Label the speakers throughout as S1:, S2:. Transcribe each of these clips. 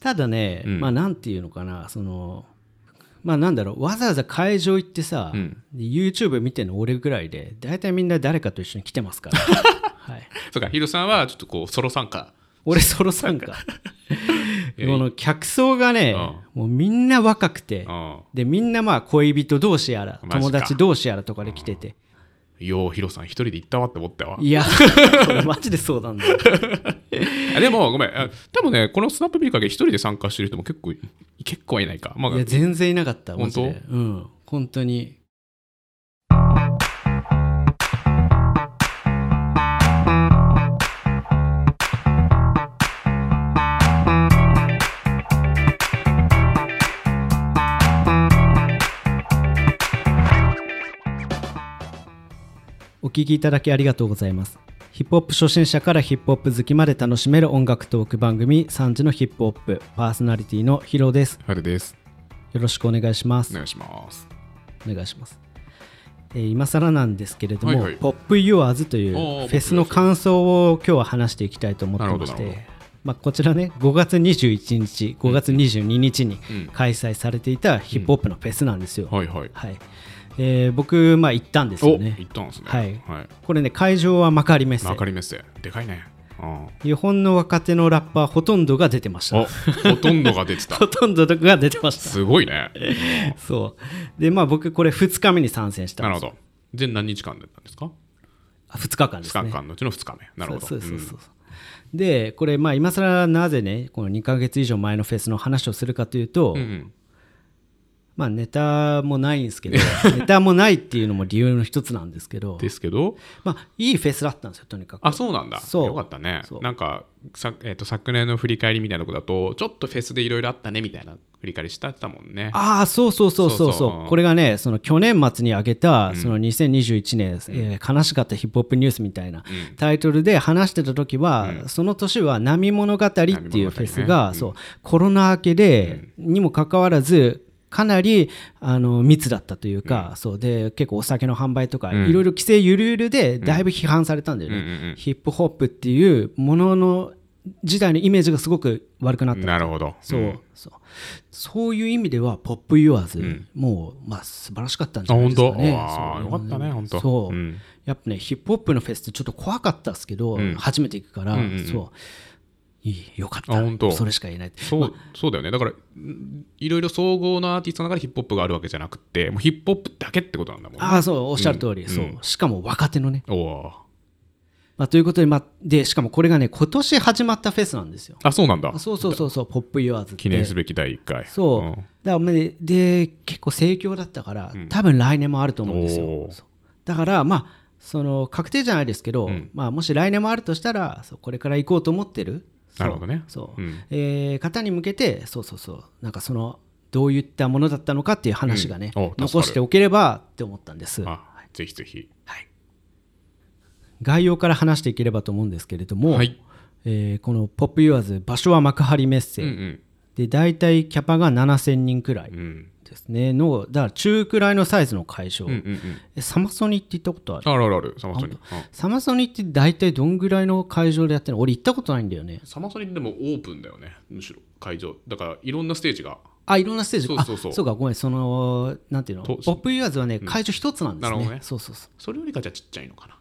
S1: ただね、
S2: うん
S1: まあなんていうのかなそのまあなんだろうわざわざ会場行ってさ、
S2: うん
S1: で YouTube 見てるの俺ぐらいで大体みんな誰かと一緒に来てます から、はい、
S2: そうかヒロさんはちょっとこうソロ参加
S1: 俺ソロ参 加この客層がね、もうみんな若くて、
S2: あ
S1: でみんなまあ恋人同士やら
S2: マジか
S1: 友達同士やらとかで来てて、
S2: あようヒロさん一人で行ったわって思ったわ
S1: い やこれマジでそうなんだよ
S2: あでもごめんあ多分ねこのスナップビルカーで一人で参加してる人も結構い結構いないかまあ
S1: いや全然いなかった
S2: 本当
S1: マジでうん本当にお聞きいただきありがとうございますヒップホップ初心者からヒップホップ好きまで楽しめる音楽トーク番組「3時のヒップホップ」パーソナリティのヒロです
S2: あれです
S1: よろしくお願いしま
S2: お
S1: す。
S2: 願いします
S1: お願いします。えー今更なんですけれども、
S2: はいはい
S1: ポップユアーズとい
S2: おー
S1: うフェスの感想を今日は話していきたいと思ってまし
S2: なるほどなる
S1: て、まあ、こちらね、5月21日、5月22日に
S2: うん
S1: 開催されていたヒップホップのフェスなんですよ。
S2: はいはい
S1: はいえー僕、まあ、行ったんです
S2: お
S1: よ
S2: 行
S1: ね。
S2: ったんですね
S1: はい
S2: はい
S1: これね、会場は幕張メッセ
S2: わ。かりませんでかいねうん
S1: 日本の若手のラッパーほとんどが出てまし
S2: あ
S1: た。
S2: ほとんどが 出てた
S1: ほとんどが出てました。
S2: すごいね
S1: そう。で、まあ僕、これ2日目に参戦した
S2: なんる
S1: で
S2: ほ
S1: すよ。
S2: ど全何日間だったんですか
S1: あ2日間です
S2: 2
S1: ね。
S2: 日間のうちの2日目なるほど
S1: そうそうそうそうでこれまあ今更なぜねこの2ヶ月以上前のフェスの話をするかというと、
S2: うんうん
S1: まあネタもないんですけど ネタもないっていうのも理由の一つなんですけど
S2: ですけど
S1: まあいいフェスだったんですよとにかく
S2: あそうなんだ
S1: そう
S2: よかったね
S1: そう
S2: なんかさ、えー、と昨年の振り返りみたいなとこだとちょっとフェスでいろいろあったねみたいな振り返りしたってたもんね
S1: ああそうそうそうそう
S2: そ
S1: そうう
S2: そう
S1: これがねその去年末に上げたその2021年、えー悲しかったヒップホップニュースみたいな
S2: うん
S1: タイトルで話してた時は、その年は「波物語」っていう
S2: 波物語
S1: フ
S2: ね
S1: ェスが、そうコロナ明けで、にもかかわらずかなりあの密だったというか、そうで結構お酒の販売とか、いろいろ規制ゆるゆるでだいぶ批判されたんだよね、
S2: うんうんうん
S1: ヒップホップっていうものの時代のイメージがすごく悪くなった
S2: なるほど
S1: そう,、
S2: ん
S1: そうそういう意味では「ポップ・ユアーズ」もう、まあ、素晴らしかったんじ
S2: あ
S1: ゃない
S2: 本
S1: ですか
S2: 当、
S1: ね。
S2: ああ
S1: そう
S2: よかったね本当
S1: そう、
S2: ん
S1: やっぱねヒップホップのフェスってちょっと怖かったですけど、
S2: うん
S1: 初めて行くから、
S2: うんうんうん
S1: そういいよかっ
S2: あ本当
S1: たそれしか言えない
S2: そうそうだよねだからんいろいろ総合のアーティストの中でヒップホップがあるわけじゃなくてもうヒップホップだけってことなんだもんね
S1: ああそうおっしゃる通り、
S2: うん
S1: そう
S2: う
S1: しかも若手のね、
S2: おお
S1: まあ、ということで,、まあ、でしかもこれがね今年始まったフェスなんですよ
S2: あそうなんだ
S1: あそうそうそうそうポップ・ユアーズって
S2: 記念すべき第1回
S1: そう、
S2: ん
S1: だからまあでで結構盛況だったから、多分来年もあると思うんですよ
S2: おー
S1: そうだからまあその確定じゃないですけど、まあ、もし来年もあるとしたらそうこれから行こうと思ってる
S2: なるほどね
S1: そう、
S2: うん
S1: えー方に向けてそうそうそうなんかそのどういったものだったのかっていう話がね、
S2: うんお助かる
S1: 残しておければって思ったんです
S2: あぜひぜひ
S1: 概要から話していければと思うんですけれども、
S2: はい
S1: えーこの「ポップ・ユアーズ」場所は幕張メッセ、
S2: うんうん
S1: で大体キャパが7000人くらい、
S2: うん
S1: ですねのだから中くらいのサイズの会場、
S2: うんうんうん
S1: えサマソニって行ったことある
S2: あるあるあるサマソニうん
S1: サマソニって大体どんぐらいの会場でやってるの俺行ったことないんだよね
S2: サマソニでもオープンだよねむしろ会場だからいろんなステージが
S1: あいろんなステージ
S2: そうそうそう
S1: あそうかごめんそのなんていうのポ
S2: と
S1: ップユアーズはね会場一つなんです
S2: な
S1: ね,、
S2: るほどね
S1: そうそうそう
S2: それよりかじゃあちっちゃいのかな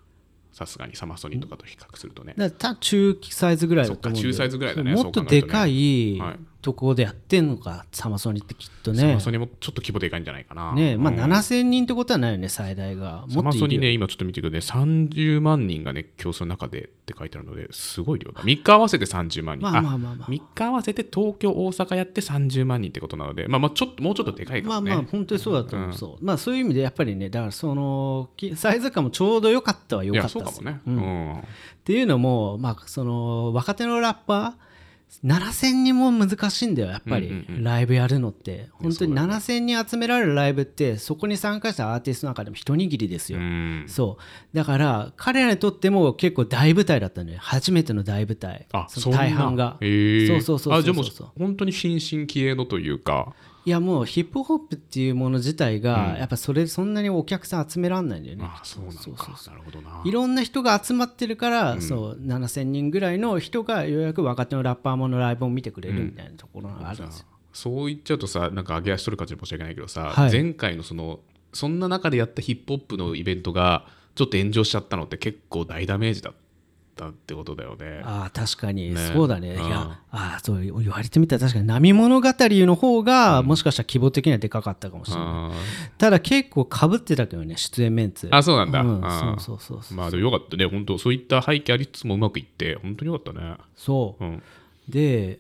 S2: さすがにサマソニとかと比較するとね
S1: だからた中サイズぐらいだと思うんだよ
S2: そっか中サイズぐらいだね
S1: そうもっと
S2: そう考え
S1: で
S2: るとね
S1: かい
S2: はい
S1: とこでやってんのか、サマソニってきっと
S2: サ
S1: ね
S2: マソニもちょっと規模でかいんじゃないかな
S1: ねまあ
S2: うん
S1: 7000人ってことはないよね最大がも
S2: サ
S1: っ
S2: マ
S1: といるよ
S2: ソニね、今ちょっと見てくとね、30万人がね、競争の中でって書いてあるので、すごい量だ。3日合わせて30万人。
S1: まあまあまあまあ
S2: 3日合わせて東京、大阪やって30万人ってことなので、まあまあ、ちょっと、もうちょっとでかいか
S1: ま
S2: も
S1: あ
S2: ね。
S1: まあ本当にそうだと思う、そうまあそういう意味でやっぱりねだからそのきサイズ感もちょうど良かったはい良か
S2: や、
S1: っ
S2: そ
S1: た
S2: う
S1: で
S2: か
S1: す
S2: も
S1: よ
S2: ね。
S1: う
S2: うん
S1: っ
S2: ん。
S1: ていうのもまあその若手のラッパー7000人も難しいんだよやっぱり、
S2: うんうん
S1: ライブやるのって本当に7000人集められるライブってそこに参加したアーティストの中でも一握りです
S2: う
S1: よ、
S2: ん。
S1: そうだから彼らにとっても結構大舞台だったのよ初めての大舞台
S2: あ、
S1: そ
S2: そ
S1: の
S2: んな
S1: 大半が
S2: へえ
S1: そうそうそうそうそう
S2: あ、じゃあもう、本当に心身気鋭のというか、
S1: いやもうヒップホップっていうもの自体が、
S2: うん
S1: やっぱそれそんなにお客さん集めらんないんだよね
S2: ああそうなの
S1: そうそ
S2: かなるほどない
S1: ろんな人が集まってるから、そう7000人ぐらいの人がようやく若手のラッパーものライブを見てくれるみたいなところがあるんですよ、
S2: そう言っちゃうとさなんか上げ足取る感じで申し訳ないけどさ、
S1: はい
S2: 前回のそのそんな中でやったヒップホップのイベントがちょっと炎上しちゃったのって結構大ダメージだったってことだよね
S1: ああ確かに、
S2: ね
S1: そうだね、
S2: うん
S1: いやああそう言われてみたら確かに波物語の方が、もしかしたら規模的にはでかかったかもしれない、
S2: あ
S1: ただ結構かぶってたけどね出演メンツ
S2: ーあそうなんだ、
S1: うん
S2: あー
S1: そうそうそうそう
S2: まあでもよかったね本当そういった背景ありつつもうまくいって本当によかったね
S1: そう、
S2: うん
S1: で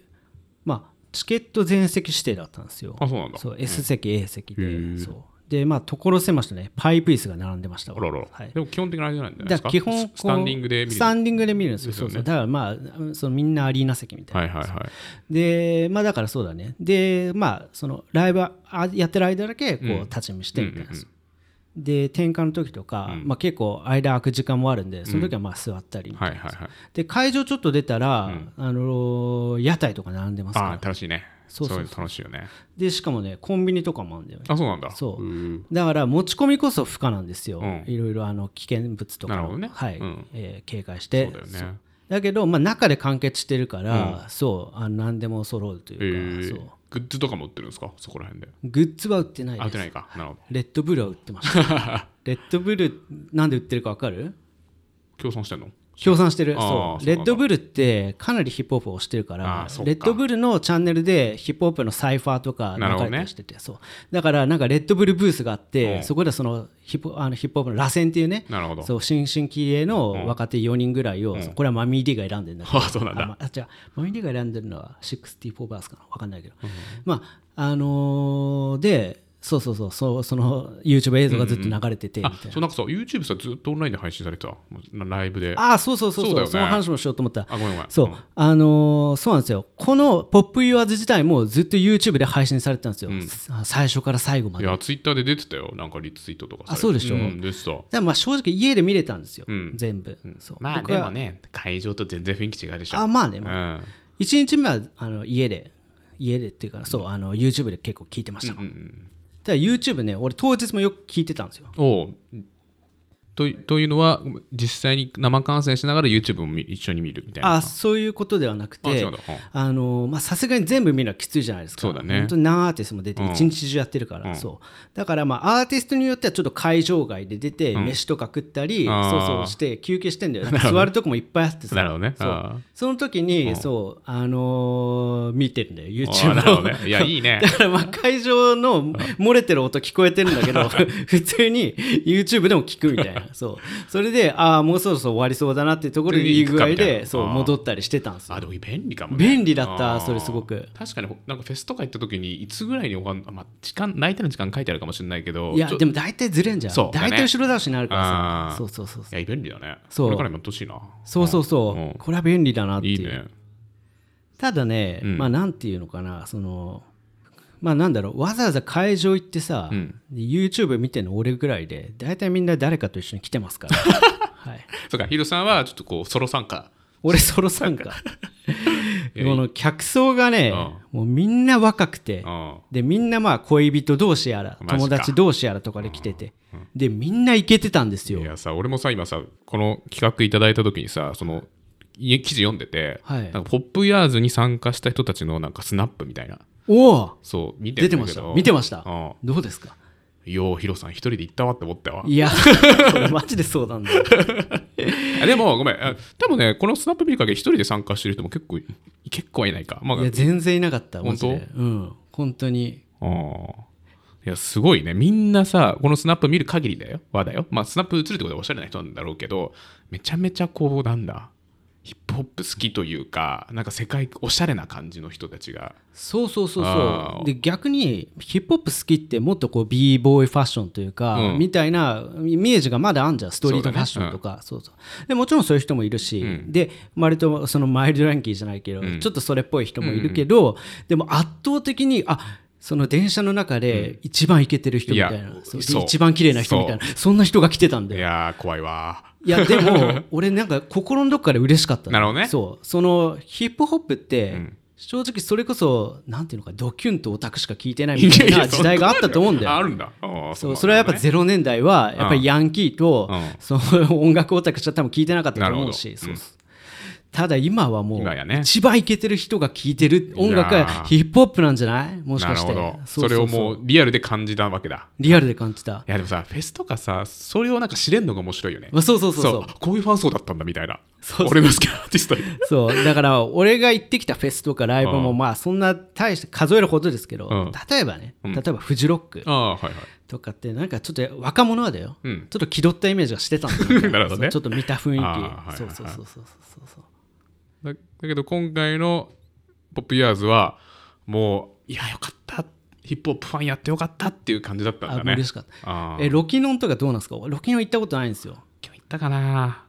S1: まあチケット全席指定だったんですよ
S2: あそうなんだ
S1: そう S 席、A 席
S2: へ
S1: で
S2: ー
S1: そうでまあ所狭しとねパイプ椅子が並んでました
S2: あららら、
S1: はい
S2: でも基本的なあれじゃないんじゃないで
S1: だ
S2: す
S1: か
S2: か
S1: 基
S2: ら
S1: 本こう
S2: ススタンディングで見
S1: ス
S2: る
S1: タ
S2: はい
S1: ンディングで見るんですよ
S2: ですよね
S1: そうそうだからまあそのみんなアリーナ席みたいな、
S2: はいはい
S1: でまあだからそうだねでまあそのライブあやってる間だけこう立ち見してみたいな、で転換の時とか、まあ、結構間空く時間もあるんでその時はまあ座ったりみたいな
S2: はいはいはい
S1: で会場ちょっと出たら、あの屋台とか並んでます
S2: ああ
S1: から
S2: 楽しいね
S1: そうそうそう
S2: いうの楽しいよね
S1: でしかもねコンビニとかもあるんだよね
S2: あそうなんだ
S1: そう
S2: ー
S1: だから持ち込みこそ不可なんですよ、
S2: うん
S1: いろいろあの危険物とか
S2: なる
S1: を
S2: ほどね
S1: はい
S2: うん
S1: えー警戒して
S2: そうだよね
S1: だけど、まあ、中で完結してるから、そうあの何でも揃うと
S2: え
S1: いうか、
S2: ー
S1: そう
S2: グッズとかも売ってるんですかそこら辺で
S1: グッズは売ってないで
S2: あ売っ
S1: す
S2: てないかなるほど
S1: レッドブルは売ってました レッドブルなんで売ってるか分かる
S2: 協賛してんの
S1: 協賛してる
S2: あー
S1: そう
S2: そうな
S1: レ
S2: んだ
S1: ッドブルってかなりヒップホップをしてるから
S2: あーそっか
S1: レッドブルのチャンネルでヒップホップのサイファーとか流
S2: なるほど
S1: れ
S2: ね
S1: たりしてて、そうだからなんかレッドブルブースがあって、
S2: うん
S1: そこでそのヒップあのヒップホップの螺旋っていうね
S2: なるほど
S1: そう新進気鋭の若手4人ぐらいを、そうこれはマミー・ディが選んでるんだけど
S2: あそうなんだ
S1: あ,、まあ、違うマミー・ディが選んでるのは64バースかな分かんないけど、まああのーでそうそうそうそうその YouTube 映像がずっと流れててみたい
S2: あ
S1: な、
S2: そうなんかさ YouTube さずっとオンラインで配信されてたもうライブであ
S1: ああそうそうそうそう
S2: そうだよね
S1: その話もしようと思った
S2: ごめんごめん
S1: そう、あのーそうなんですよ、このポップユアーズ自体もずっと YouTube で配信されてたんですよ、さ最初から最後ま
S2: い
S1: で。
S2: やツイッターで出てたよなんかリツイートとかされて
S1: あそうでしょ
S2: ん出てた
S1: でもまあ正直、家で見れたんですよ、
S2: うん
S1: 全部。そう
S2: まあ
S1: 僕
S2: で
S1: は
S2: もね会場と全然雰囲気違うでしょ
S1: あまあ
S2: う
S1: ね、
S2: ん
S1: 1日目はあの家で、家でっていうか、そう、あの YouTube で結構聞いてました。ただ YouTube ね、俺、当日もよく聞いてたんですよ。
S2: おうといというのは実際に生観戦しながら YouTube も見一緒に見るみたいな
S1: あそういうことではなく
S2: あ違
S1: て
S2: うんだうん、
S1: あのまあさすがに全部見るのはきついじゃないですか、
S2: そうだね
S1: 本当に何アーティストも出て、
S2: うん
S1: 一日中やってるから、そうだから、まあ、アーティストによってはちょっと会場外で出て、飯とか食ったり、
S2: あー
S1: そうそうして、休憩してんだよ、なんか座るとこもいっぱいあってさ、
S2: なるほどね
S1: そう
S2: あー
S1: その時に、そうあのー見てるんだよ、
S2: あ
S1: YouTube
S2: なるほど
S1: を。
S2: ねいやいいね
S1: だからまあ会場の漏れてる音聞こえてるんだけ ど普通に YouTube でも聞くみたいなそうそれでああもうそろそろ終わりそうだなっていうところにいい具合
S2: 行くかみたい
S1: で
S2: な
S1: そう
S2: あー
S1: 戻ったりしてたんですよ
S2: あでも便利かも、ね、
S1: 便利だった
S2: あー
S1: それすごく
S2: 確かになんかフェスとか行った時にいつぐらいにおかん、あまあ、時間泣いてる時間書いてあるかもしれないけど
S1: いや
S2: ちょ
S1: でも大体ずれんじゃん
S2: そうだね
S1: 大体後ろ倒しになるから
S2: あ
S1: さ
S2: ー
S1: そうそうそう
S2: いや便利だね
S1: そう
S2: これからもやってほしいな
S1: そうそうそううんこれは便利だなって
S2: いい
S1: いう
S2: ね
S1: ただね
S2: うん
S1: まあなんていうのかなそのまあなんだろうわざわざ会場行ってさ
S2: うん
S1: で YouTube 見てるの俺ぐらいで大体みんな誰かと一緒に来てます からはい
S2: そうかヒロさんはちょっとこうソロ参加
S1: 俺ソロ参加この客層がねもうみんな若くて
S2: うん
S1: でみんなまあ恋人同士やら
S2: マジか
S1: 友達同士やらとかで来ててでみんな行けてたんですよ
S2: いやさ俺もさ今さこの企画いただいた時にさそのい記事読んでて、
S1: はい
S2: なんかポップヤーズに参加した人たちのなんかスナップみたいな
S1: おお
S2: そう見て
S1: 出て
S2: んだ
S1: ま
S2: け
S1: した
S2: ど
S1: 見てました
S2: うん
S1: どうですか
S2: ようヒロさん一人で行ったわって思ったわ
S1: い やこれマジでそうなんだよ
S2: あでもごめんあ多分ねこのスナップ見る限り一人で参加してる人も結構い結構はいないかまあ
S1: いや全然いなかったマ
S2: 本
S1: ジ
S2: 当
S1: でうん本当に
S2: ああ。いや、すごいね。みんなさ、このスナップ見る限りだよ。はだよ。まあ、スナップ映るってことはおしゃれな人なんだろうけど、めちゃめちゃこう、なんだ。ヒップホップ好きというか、なんか世界、おしゃれな感じの人たちが。
S1: そうそうそう
S2: あ
S1: そう
S2: ー
S1: で逆にヒップホップ好きってもっとこう b ボーイファッションというか、
S2: うん
S1: みたいなイメージがまだあんじゃんストリートファッションとかそう、そうでもちろんそういう人もいるし、で割とそのマイルドランキーじゃないけど、ちょっとそれっぽい人もいるけど、でも圧倒的にあその電車の中で一番イケてる人みたい
S2: い
S1: な
S2: や、
S1: そう
S2: そう
S1: 一番綺麗な人みたいなそんな人が来てたんだ
S2: い
S1: よ
S2: やー、怖いわ
S1: いや でも俺なんか心のどっかで嬉しかったの
S2: なるほどね
S1: そうそのヒップホップって、正直それこそなんていうのかドキュンとオタクしか聞いてないみたいな時代があったと思うんだよ。
S2: あるんだ。ああ
S1: そう
S2: なんだね
S1: それはやっぱ0年代はやっぱりヤンキーと、
S2: うん
S1: その音楽オタクじゃ多分聞いてなかったと思う
S2: な
S1: し
S2: るほ
S1: そ
S2: ど
S1: うそうただ今はも
S2: 今やね
S1: う一番イケてる人が聞いてる音楽
S2: いや
S1: が
S2: ー
S1: ヒップホップなんじゃないもし
S2: な
S1: か
S2: る
S1: して
S2: ほど。
S1: う
S2: それをもうリアルで感じたわけだ。
S1: リアルで感じた
S2: いやでもさ、フェスとかさ、それをなんか知れんのが面白いよね。
S1: あそうそうそうそう
S2: こういうファン層だったんだみたいな。
S1: そうそう
S2: 俺の好きなアーティストに。
S1: そうだから俺が行ってきたフェスとかライブ
S2: う
S1: も
S2: ん
S1: まあそんな大して数えるほどですけど、
S2: うん
S1: 例えばね例えばフジロック
S2: ああ、はいはい。
S1: とかってなんかちょっと若者はだよ、
S2: うん
S1: ちょっと気取ったイメージがしてたんだ
S2: なるほどね
S1: そうちょっと見た雰囲
S2: あーはいはいは
S1: 気
S2: い
S1: そうそうそうそうそうそう
S2: だだけど今回のポップイヤーズは、もう、いや、よかった。ヒップホップファンやってよかったっていう感じだったんだ
S1: あ
S2: ね。
S1: もう嬉しかった
S2: ああ
S1: えロキノンとかどうなんですかロキノン行ったことないんですよ
S2: 今日行ったかな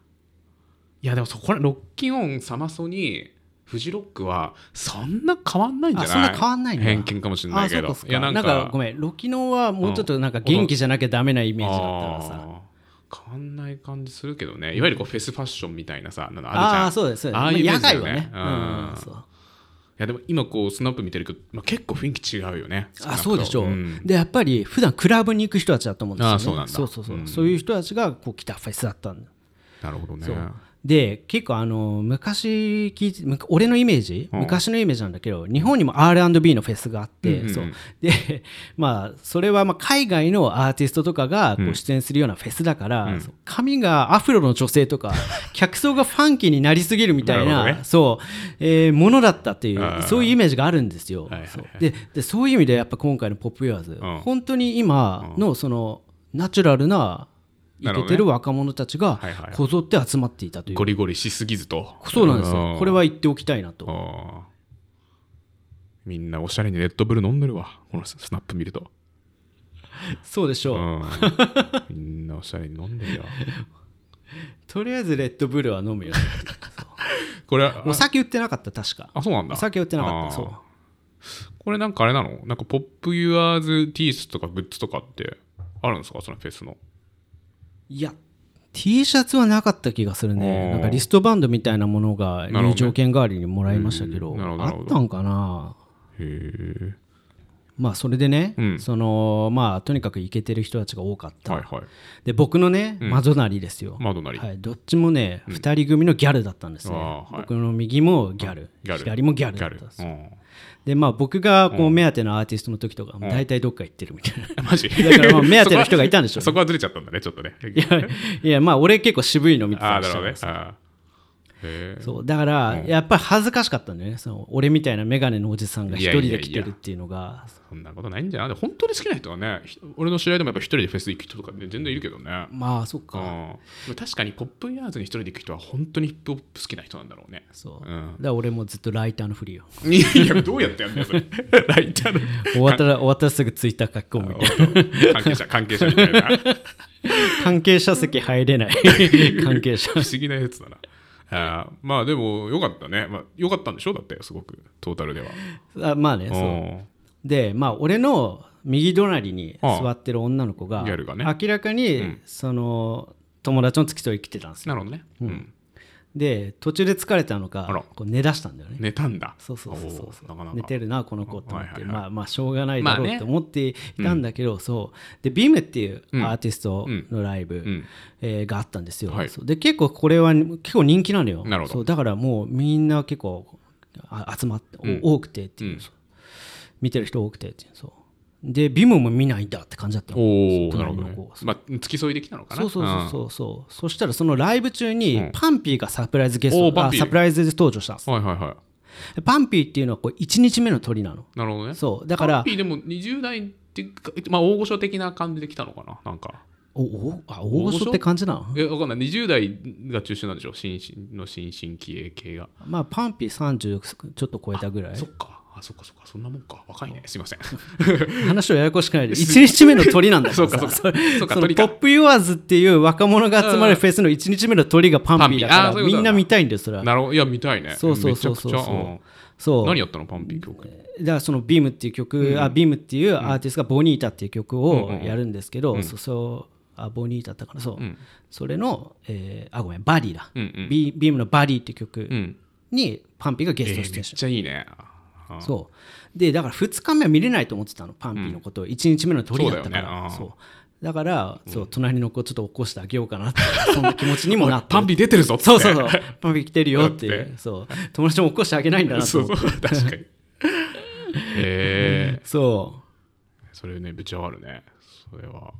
S2: いやでもそこらロッキンオンサマソにフジロックはそんな変わんないんじゃない
S1: あそんな変わんないんだ
S2: 偏見かもしれないけ
S1: あそ
S2: ど
S1: うかそうかなんかごめんロキノンはもうちょっとなんか
S2: うん
S1: 元気じゃなきゃダメなイメージだったからさ
S2: あー変わんない感じするけどねいわゆるこうフェスファッションみたいなさなのあるじゃん
S1: ああーそうですそうです
S2: ああいうイメ
S1: まあ野
S2: ージだ
S1: 外
S2: よ
S1: は
S2: ね
S1: ねうん
S2: うん
S1: そう
S2: いやでも今こうスナップ見てるけど、まあ、結構雰囲気違うよね
S1: あそうでしょう、
S2: ん
S1: でやっぱり普段クラブに行く人たちだと思うんですよ、ね、
S2: あそうなんだ
S1: そうそうそう,、
S2: うん
S1: そういう人たちがこう来たフェスだったんだ
S2: なるほどね
S1: で結構あの昔聞いてむ俺のイメージ、
S2: うん
S1: 昔のイメージなんだけど日本にも R&B のフェスがあって、
S2: うんうんうん
S1: そうで まあそれはまあ海外のアーティストとかがこう出演するようなフェスだから、そう髪がアフロの女性 とか客層がファンキーになりすぎるみたい
S2: な
S1: な
S2: るほどね
S1: そうえーものだったってい
S2: あ
S1: う
S2: ー
S1: そういうイメージがあるんですよ。
S2: はいはいはい
S1: そうででそういう意味でやっぱ今回の「ポップ・ウェアーズ」
S2: うん
S1: 本当に今のそのナチュラルなイ
S2: なる
S1: ケ
S2: ほど
S1: て
S2: ね
S1: る若者たちが
S2: はいはい
S1: こぞって集まっていたという
S2: ゴリゴリしすぎずと
S1: そうなんですよ。これ
S2: は
S1: は言っておきたいなと。
S2: ああみんなおしゃれにレッドブル飲んでるわこのスナップ見ると、
S1: そうでしょ
S2: う
S1: う。
S2: ん、みんなおしゃれに飲んでるよ
S1: とりあえずレッドブルは飲むよね。
S2: これは
S1: お酒売ってなかった、確か。
S2: あそうなんだ
S1: お酒売ってなかった。
S2: あー
S1: そう。
S2: これなんかあれなのなんかポップユアーズ T シャツとかグッズとかってあるんですかそのフェスの
S1: いや、T シャツはなかった気がする
S2: あ
S1: ね。
S2: ー
S1: なんかリストバンドみたいなものが
S2: るほどね
S1: 入場券代わりにもらいましたけど、
S2: うんなるほどな
S1: あ
S2: るほ
S1: っ
S2: ど
S1: たんかな
S2: へえ
S1: まあそれでね、
S2: うん
S1: そのまあとにかくイケてる人たちが多かった、
S2: はいはい
S1: で僕のねマゾナリですよ、
S2: 窓なり、
S1: はい、どっちもね、二人組のギャルだったんですね、
S2: あーはい
S1: 僕の右もギャル
S2: ギャル
S1: 左もギャル
S2: ギ
S1: だ
S2: ャ
S1: ったん
S2: ル
S1: です、
S2: う
S1: でまあ僕がこう目当てのアーティストの時とか大体どっか行ってるみたいな、
S2: んマジ
S1: だからまあ目当ての人がいたんでしょうね
S2: そこはそこはずれちゃったんだねちょっとね
S1: いやまあ俺結構渋いの見て
S2: あ
S1: た
S2: あ
S1: ん
S2: な
S1: で
S2: る
S1: す
S2: ほ
S1: よ
S2: どねあーへえ
S1: そうだからやっぱり恥ずかしかったんだよねその俺みたいな眼鏡のおじさんが一人で来てるっていうのが
S2: そんなことないんじゃない本当に好きな人はねひ俺の知り合いでもやっぱ一人でフェス行く人とかね全然いるけどね
S1: まあそっ
S2: う
S1: か
S2: んでも確かにポップイヤーズに一人で行く人は本当にヒップホップ好きな人なんだろうね
S1: そう、
S2: うん
S1: だから俺もずっとライターのふりよ
S2: いやいやどうやってやるんだよそれ ライターの
S1: 終わったら終わったらすぐツイッター書き込むみたいな
S2: 関係者関係者みたいな
S1: 関係者席入れ ない関係者
S2: 不思議なやつだなあーまあでもよかったね、まあ、よかったんでしょだってすごくトータルでは
S1: あまあねそう
S2: う
S1: でまあ俺の右隣に
S2: ああ
S1: 座ってる女の子が
S2: ギャルがね
S1: 明らかに、その友達の付き添い来てたんです
S2: ん
S1: よ
S2: なるほどね、うん、
S1: で途中で疲れたの
S2: あら
S1: かこう寝出したんだよね
S2: 寝たんだ
S1: そうそうそうそう
S2: おーなかなか
S1: 寝てるなこの子と思って、
S2: はいはいはい
S1: まあまあしょうがないだろ
S2: まあ
S1: う
S2: ね
S1: と思っていたんだけど、そうでビームっていうアーティストのライブ、
S2: ん
S1: えーがあったんですよ、
S2: はい
S1: そうで結構これは結構人気なのよ
S2: なるほど
S1: そうだからもうみんな結構あ集まって、お多くてっていう、そう見てる人多くてっていうそうでビームも見ないんだって感じだったの
S2: おおな
S1: 隣
S2: るほど
S1: の
S2: ね
S1: 子
S2: まあ付き添いできたのかな
S1: そうそうそうそうそうそしたらそのライブ中にパンピーがサプライズゲス
S2: おー
S1: ト、
S2: パン
S1: あ
S2: ピー
S1: サプライズで登場したんです
S2: うんはいはいは
S1: でパンピーっていうのはこう1日目の鳥なの
S2: いなるほどね
S1: そうだから
S2: ハッピーでも20代ってかまあ大御所的な感じで来たのかななんか
S1: おおあ大御所って感じなの
S2: えわかんない20代が中心なんでしょ新進の新進気鋭系が
S1: まあパンピー30ちょっと超えたぐらい
S2: そっかあそっかそっかそんなもんか若いねすいません
S1: 話をややこしくないで1日目の鳥なんだ
S2: そ
S1: か
S2: う
S1: ら
S2: か
S1: さ
S2: そ
S1: そ
S2: うか
S1: れ
S2: そうか
S1: その
S2: 鳥
S1: ポ
S2: か
S1: ップユアーズっていう若者が集まるフェスの1日目の鳥がパンピーだ
S2: パ
S1: か
S2: ンピーあーそ
S1: ら
S2: ういうこ
S1: み
S2: となん
S1: ん
S2: だ
S1: な見たいんですそれは
S2: なるほどいや見たいね
S1: そうそうそうそう
S2: めちゃくちゃん
S1: そう
S2: 何やったのパンピー曲
S1: だからそのビームっていう曲、あビームっていうアーティストがボニータっていう曲をやるんですけど、そうそうあボニータだったからそう、それの、えーあごめんバディだ、
S2: うんうん
S1: ビビームのバディっていう曲
S2: うん
S1: にパンピーがゲ
S2: え
S1: スト
S2: ー
S1: 出
S2: め
S1: 演
S2: っ
S1: し
S2: ちゃいいねうん
S1: そうでだから2日目は見れないと思ってたのパンピーのことを、1日目の鳥だったか
S2: そうだよね
S1: ら
S2: うん
S1: そうだ,、からそう隣の子ちょっと起こしてあげようかなってそんな気持ちにもなって
S2: パンピー出てるぞっつって
S1: そうそうそうパンピー来てるよってい
S2: だっ
S1: うそう友達も起こしてあげないんだなと
S2: そう
S1: 思って
S2: そう確か にへえ
S1: そう
S2: それねぶち上がるねそれは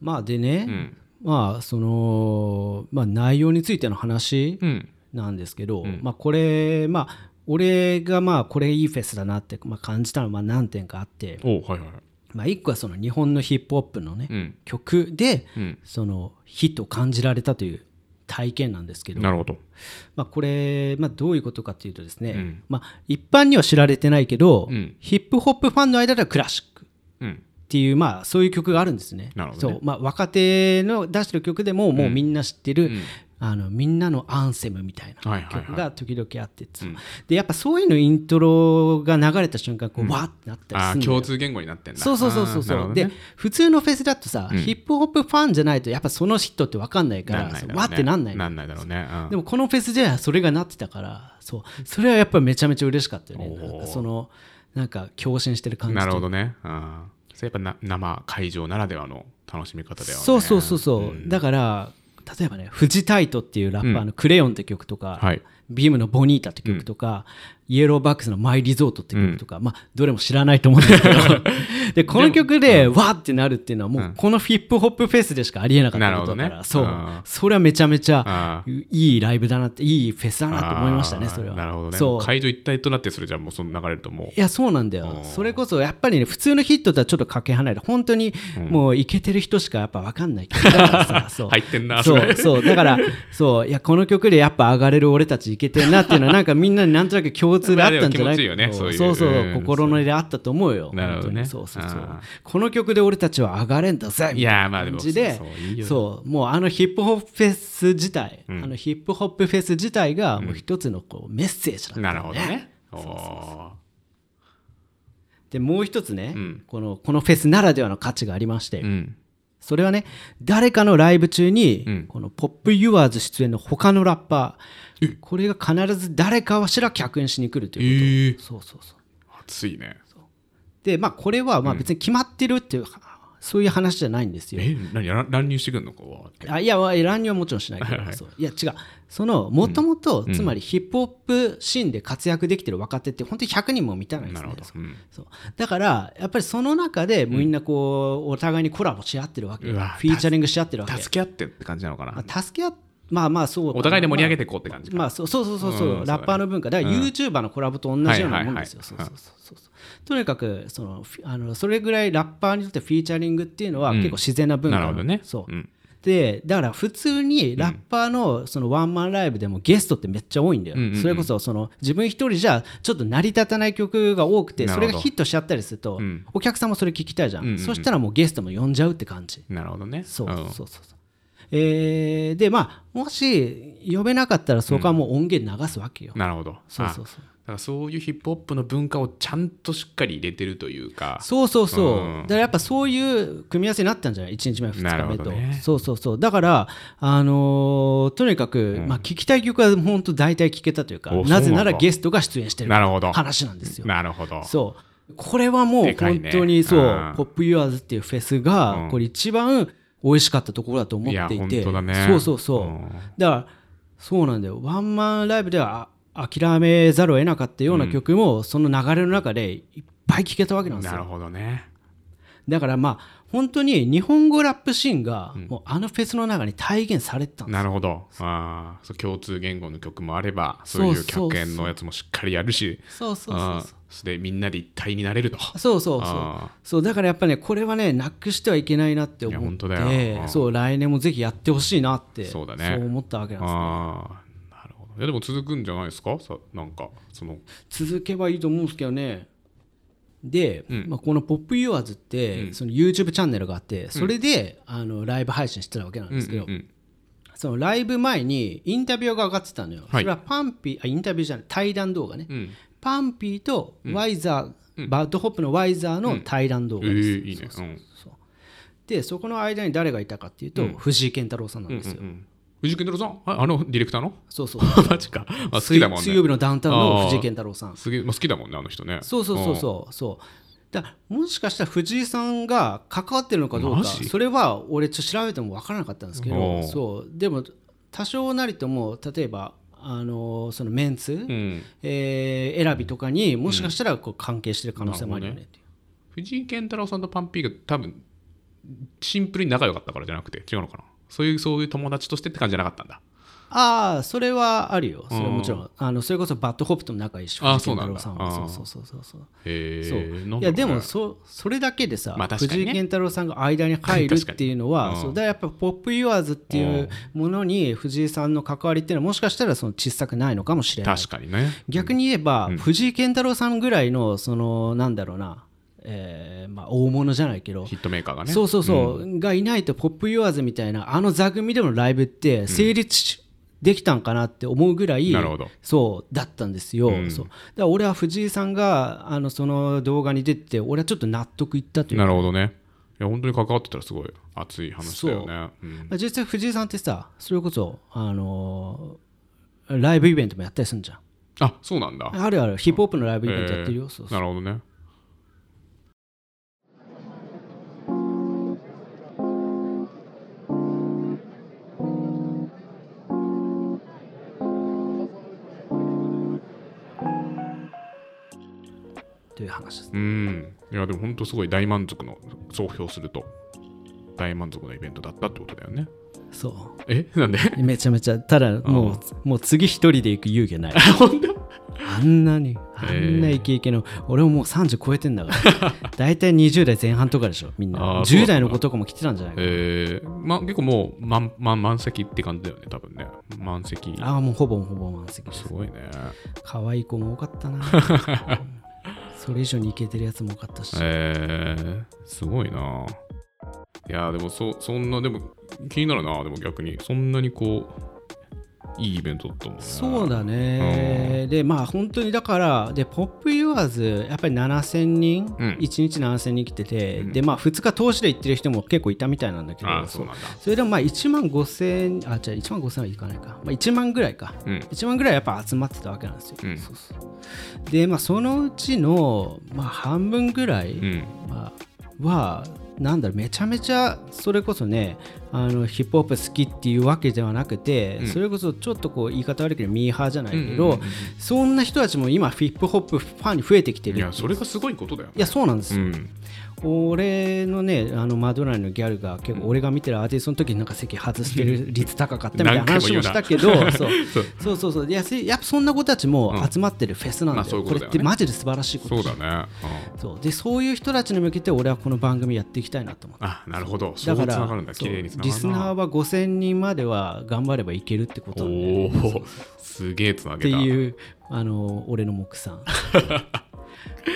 S1: まあでね、
S2: ん
S1: まあその、まあ、内容についての話
S2: うん
S1: なんですけど、まあこれまあ俺がまあこれいいフェスだなってまあ感じたのはまあ何点かあって、
S2: おうはいはい
S1: まあ、一個はその日本のヒップホップのね、
S2: うん
S1: 曲で、
S2: うん
S1: そのヒットを感じられたという体験なんですけど、
S2: なるほど
S1: まあ、これ、まあ、どういうことかというとですね、
S2: ん
S1: まあ、一般には知られてないけど、
S2: うん
S1: ヒップホップファンの間ではクラシック
S2: うん
S1: っていう、まあ、そういう曲があるんですね。
S2: なるほどね
S1: そうまあ、若手の出してる曲でももうみんな知ってる、あのみんなのアンセムみたいな
S2: はいはいはい
S1: 曲が時々あって、そうでやっぱそういうのイントロが流れた瞬間こう、わーってなったり
S2: あ
S1: す
S2: ー
S1: るのよ
S2: 共通言語になってんだ
S1: そうそうそうそうそう、
S2: あーなるほどね
S1: で普通のフェスだとさ、ヒップホップファンじゃないとやっぱその人って分かんないか
S2: な
S1: ら
S2: んないだろう
S1: そう
S2: ね
S1: わってなんないの
S2: なんないだろうねうん
S1: でもこのフェスではそれがなってたからそうそれはやっぱめちゃめちゃ嬉しかったよねなんかそのなんか共振してる感じ
S2: なるほ
S1: と
S2: どねうんそれやっぱな生会場ならではの楽しみ方だよね
S1: そうそうそうそう、だから例えばね「フジタイト」っていうラッパーの「クレヨン」って曲とか、
S2: はい
S1: ビームの「ボニータ」って曲とか、イエローバックスの「マイ・リゾート」って曲とか、まあどれも知らないと思うんです けどでこの曲でわーってなるっていうのはもうこのヒップホップフェスでしかありえなかったことだ
S2: な
S1: から、
S2: るほどね
S1: そう
S2: あー
S1: それはめちゃめちゃ
S2: あ
S1: いいライブだなっていいフェスだなと思いましたね
S2: あー
S1: それは。
S2: なるほどね
S1: そう
S2: 会場一体となってそれじゃあもうその流れるとも
S1: いやそうなんだよそれこそやっぱりね普通のヒットとはちょっとかけ離れ本当にもういけてる人しかやっぱ分かんない曲だからさ そう
S2: 入ってんな
S1: そ
S2: それ
S1: うそうだからそういやこの曲でやっぱ上がれる俺たちいけてんなっていうのはなんかみんなになんとなく共通であったんじゃない
S2: 気持ちいいよねそういう
S1: そうそう
S2: うん
S1: 心の根であったと思うよ
S2: なるほどね
S1: 本当にそうそうそう
S2: あ
S1: この曲で俺たちは上がれんだぜ
S2: いやーまあで
S1: 感
S2: も
S1: じで
S2: そういいよね
S1: そうもうあのヒップホップフェス自体あのヒップホップフェス自体がもう一つのこうメッセージだった
S2: なるほどねお
S1: そうそう
S2: ー
S1: でもう一つね、
S2: うん
S1: このこのフェスならではの価値がありまして、
S2: うん
S1: それはね誰かのライブ中に、
S2: うん
S1: この「ポップユアーズ出演の他のラッパーこれが必ず誰かはしら客演しに来ると
S2: え
S1: いうこと、
S2: ー
S1: そうそうそう
S2: 熱いね
S1: でまあこれはまあ別に決まってるっていう、そういう話じゃないんですよ
S2: え何ら乱入してくんのかわーって
S1: あいやまあ乱入はもちろんしないけど、そういや違うそのもともとつまりヒップホップシーンで活躍できてる若手って本当に100人も満たないんで
S2: な
S1: す
S2: る
S1: ね
S2: ほどうん
S1: そうだからやっぱりその中でみんなこう、お互いにコラボし合ってるわけ
S2: うわ
S1: フィーチャリングし合ってるわけ
S2: 助け合ってって感じなのかな
S1: まあ助け合っまあまあそうかな
S2: お互いで盛り上げていこうって感じか
S1: まあそうそうそうそうそう、
S2: うん
S1: ラッパーの文化だから YouTuber のコラボと同じようなもんですよ、
S2: はいはいはい
S1: そうそうそうそうそうとにかくそのフィあのそれぐらいラッパーにとってフィーチャリングっていうのは結構自然な文化
S2: なるほどね
S1: そう、
S2: うん
S1: でだから普通にラッパーのそのワンマンライブでもゲストってめっちゃ多いんだよ、
S2: んうんうん
S1: それこそその自分一人じゃちょっと成り立たない曲が多くて
S2: な
S1: そ
S2: るほど
S1: れがヒットしちゃったりすると、
S2: ん
S1: お客さんもそれ聞きたいじゃん、
S2: うんうんうん
S1: そしたらもうゲストも呼んじゃうって感じ
S2: なるほどね
S1: そうそ
S2: ん
S1: うそうそうえーでまあもし呼べなかったらそこはもう音源流すわけよ、
S2: なるほど
S1: そうそうそう
S2: あだからそういうヒップホップの文化をちゃんとしっかり入れてるというか
S1: そうそうそう、
S2: うん
S1: だからやっぱそういう組み合わせになったんじゃない1日目2
S2: なる
S1: 日目
S2: ほ
S1: と、
S2: どね
S1: そうそうそうだからあのーとにかく、まあ、聞きたい曲は本当大体聞けたというか
S2: お
S1: なぜ
S2: そう
S1: なん
S2: なだ
S1: らゲストが出演してる
S2: なるほど
S1: 話なんですよ
S2: なるほど
S1: そうこれはもう
S2: でかい
S1: 本
S2: ね
S1: 当にそう、
S2: うん
S1: ポップユアーズっていうフェスが、
S2: うん
S1: これ一番美味しかったところだと思っていて
S2: いや本当だね
S1: そうそうそう、
S2: うん
S1: だからそうなんだよワンマンライブではあ諦めざるを得なかったような曲も、その流れの中でいっぱい聴けたわけなんです
S2: なる
S1: よ
S2: ほどね
S1: だからまあ本当に日本語ラップシーンがもうあのフェスの中に体現されてたんですよ
S2: なるほどあーそう共通言語の曲もあればそうい
S1: そううそうそう
S2: 客演のやつもしっかりやるし
S1: そうそうそう
S2: あ
S1: そう
S2: ーでみんなで一体になれると
S1: そうそうそう
S2: あ
S1: そうだからやっぱねこれはねなくしてはいけないなって思
S2: いや
S1: っ
S2: 本当だよう
S1: て
S2: ん
S1: そう来年もぜひやってほしいなって
S2: そうだね
S1: 思ったわけ
S2: ー
S1: なんで
S2: あーなるほどいやでも続くんじゃないですかさなんかその
S1: す続けばいいと思うんですけどねで、まあ、この「ポップユアーズって、その YouTube チャンネルがあってそれで、あのライブ配信してたわけなんですけど、
S2: うん
S1: そのライブ前にインタビューが上がってたのよ、
S2: はい
S1: それはパンピーあインタビューじゃない対談動画ね、
S2: うん
S1: パンピーとワイザー、バッドホップのワイザーの対談動
S2: え
S1: 画です、
S2: ー、いいねうん
S1: でそこの間に誰がいたかっていうと、藤井健太郎さんなんですよ、
S2: うん藤井健太郎さんああのディレクターの
S1: そうそう
S2: マジか、まあ、好きだもんね
S1: 水水曜日のダウンタウンの藤井健太郎さん
S2: すげえ、まあ、好きだもんねあの人ね
S1: そうそうそうそうそうだからもしかしたら藤井さんが関わってるのかどう
S2: マ
S1: か
S2: ジ
S1: それは俺ちょっと調べても分からなかったんですけ
S2: お
S1: ど
S2: う
S1: そうでも多少なりとも例えばあのそのメンツ、
S2: うん、うん
S1: えー選びとかにもしかしたらこう関係してる可能性もあるよねっていう
S2: 藤井健太郎さんとパンピーが多分シンプルに仲良かったからじゃなくて違うのかなそういうそういう友達としてって感じじゃなかったんだ
S1: ああそれはあるよそれはもちろんあのそれこそバッドホップとも仲いいし
S2: あー
S1: 藤井健太郎さんはそ
S2: そうな
S1: う
S2: んだ
S1: そうそうそうそう
S2: へえ
S1: そう
S2: なん
S1: い
S2: だろうね
S1: やでもそそれだけでさ、
S2: まあ確かに
S1: 藤
S2: ね
S1: 井健太郎さんが間に入るっていうのは、
S2: 確かに
S1: そううんだからやっぱ「ポップ・ユアーズ」っていうものに藤井さんの関わりっていうのはもしかしたらその小さくないのかもしれない
S2: 確かにね
S1: 逆に言えば、藤井健太郎さんぐらいのそのなんだろうな、えーまあ、大物じゃないけど、
S2: ヒットメーカーがね
S1: そうそうそう、がいないと「ポップ・ユアーズ」みたいなあの座組でのライブって成立しできたんかなって思うぐらい、
S2: なるほど
S1: そうだったんですよ、そうだから俺は藤井さんがあのその動画に出てて俺はちょっと納得いったというか
S2: なるほどねいや本当に関わってたらすごい熱い話だよねうん
S1: まあ実際藤井さんってさそれこそ、あのーライブイベントもやったりするじゃん
S2: あそうなんだ
S1: あるあるヒップホップのライブイベントやってるよ、
S2: えー
S1: そうそう
S2: なるほどね
S1: という話です
S2: うんいやでも本当すごい大満足の総評すると大満足のイベントだったってことだよね
S1: そ
S2: えなんで
S1: うめちゃめちゃただもう、もう次一人で行く勇気はない
S2: 本当
S1: あんなに、あんなイケイケの、俺ももう30超えてんだ から、大体20代前半とかでしょ、みんな。
S2: あーそうだ
S1: 10代の子とかも来てたんじゃないか
S2: えー、まあ結構もう満満満席って感じだよね多分ね満席
S1: ああ、もうほぼほぼ満席です
S2: す。ごいね
S1: 可愛い子も多かった な。それ以上にイケてるやつも多かったし。
S2: えー、すごいないやでもそそんなでも気になるなでも逆にそんなにこういいイベントだったもんね
S1: そうだね、でまあ本当にだからでポップユアーズやっぱり7000人、
S2: うん
S1: 1日7000人来てて、
S2: ん
S1: でまあ2日通しで行ってる人も結構いたみたいなんだけど
S2: あそうなんだ
S1: それでもまあ1万5000あじゃあ1万5000はいかないか、まあ、1万ぐらいか、
S2: うん
S1: 1万ぐらいやっぱ集まってたわけなんですよ、
S2: うん
S1: そうそうでまあそのうちの、まあ、半分ぐらい、
S2: うん
S1: まあ、はなんだろうめちゃめちゃそれこそねあのヒップホップ好きっていうわけではなくて、
S2: うん
S1: それこそちょっとこう言い方悪いけどミーハーじゃないけど、
S2: うんうんうんうん
S1: そんな人たちも今ヒップホップファンに増えてきてる
S2: いやそれがすごいことだよ
S1: いやそうなんです
S2: う
S1: よ、
S2: ん
S1: 俺のねあのマドラーのギャルが結構俺が見てるアーティストの時になんか席外してる率高かったみたいな話もしたけど そう
S2: そう
S1: そうそうそういやせやっぱそんな子たちも集まってるフェスなんだ
S2: ま
S1: よ、
S2: あそういう
S1: こと
S2: こ
S1: れ
S2: だ
S1: っ
S2: よね
S1: てマジで素晴らしいこと
S2: そう
S1: だ
S2: だね、うん
S1: そうでそういう人たちに向けて俺はこの番組やっていきたいなと思って
S2: あなるほどそ
S1: だ
S2: う
S1: か
S2: つ
S1: ら
S2: ながるんだ
S1: そ
S2: 綺
S1: う
S2: 麗
S1: リ
S2: につながるな
S1: スナーは5000人までは頑張ればいけるってことなんだよ
S2: おおすげえつな
S1: って
S2: げた
S1: いうあの俺の目算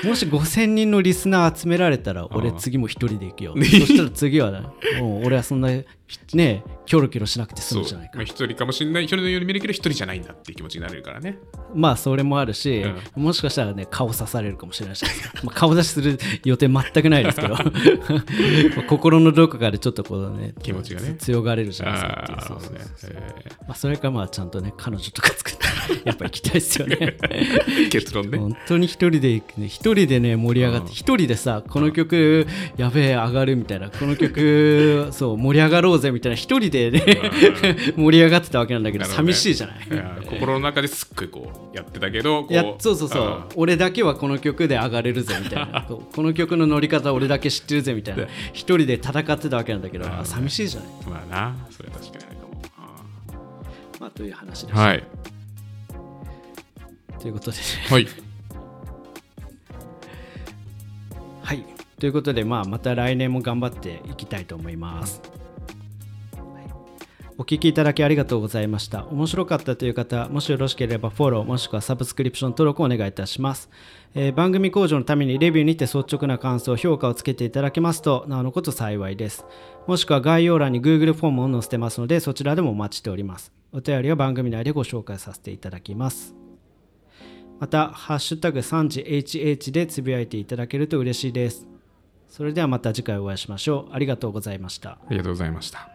S1: もし5000人のリスナー集められたら俺
S2: ああ
S1: 次も一人で行くよそしたら次は、ね、もう俺はそんなねキョロキョロしなくて済
S2: そ
S1: む
S2: う
S1: じゃないか
S2: まあ、一人かもしれない一人のように見えるけど一人じゃないんだっていう気持ちになれるからね
S1: まあそれもあるし、もしかしたらね顔刺されるかもし れないし、まあ、顔出しする予定全くないですけ ど心のどこかでちょっとこうね
S2: 気持ちがね
S1: 強がれるじゃないですか
S2: あ
S1: っていう
S2: あ
S1: そ
S2: そうう
S1: そ
S2: で
S1: う
S2: すねえ
S1: まあ、それかまあちゃんとね彼女とか作ってやっぱ行きたいですよね
S2: ー結論ね
S1: 本当に一人で行くね一人でね盛り上がって一人でさこの曲やべえ上がるみたいなこの 曲そう盛り上がろうぜみたいな一人でね 盛り上がってたわけなんだけど
S2: なるほどね
S1: 寂しいじゃない
S2: いやー心の中ですっごいこうやってたけどこう
S1: いやそうそうそ
S2: あ
S1: う俺だけはこの曲で上がれるぜみたい なこうこの曲の乗り方俺だけ知ってるぜみたいな一人で戦ってたわけなんだけど
S2: あー
S1: 寂しいじゃない、
S2: ーまあなそれは確かにあるかもあ
S1: まあ、という話で
S2: ー
S1: す、
S2: はい
S1: ということで、ね、
S2: はい
S1: はいということで、まあ、また来年も頑張っていきたいと思います、はいお聞きいただきありがとうございました面白かったという方もしよろしければフォローもしくはサブスクリプション登録をお願いいたします、えー番組向上のためにレビューにて率直な感想評価をつけていただけますとなおのこと幸いですもしくは概要欄に Google フォームを載せてますのでそちらでもお待ちしておりますお便りは番組内でご紹介させていただきますまた、ハッシュタグ 3GHH でつぶやいていただけると嬉しいです。それではまた次回お会いしましょう。ありがとうございました。
S2: ありがとうございました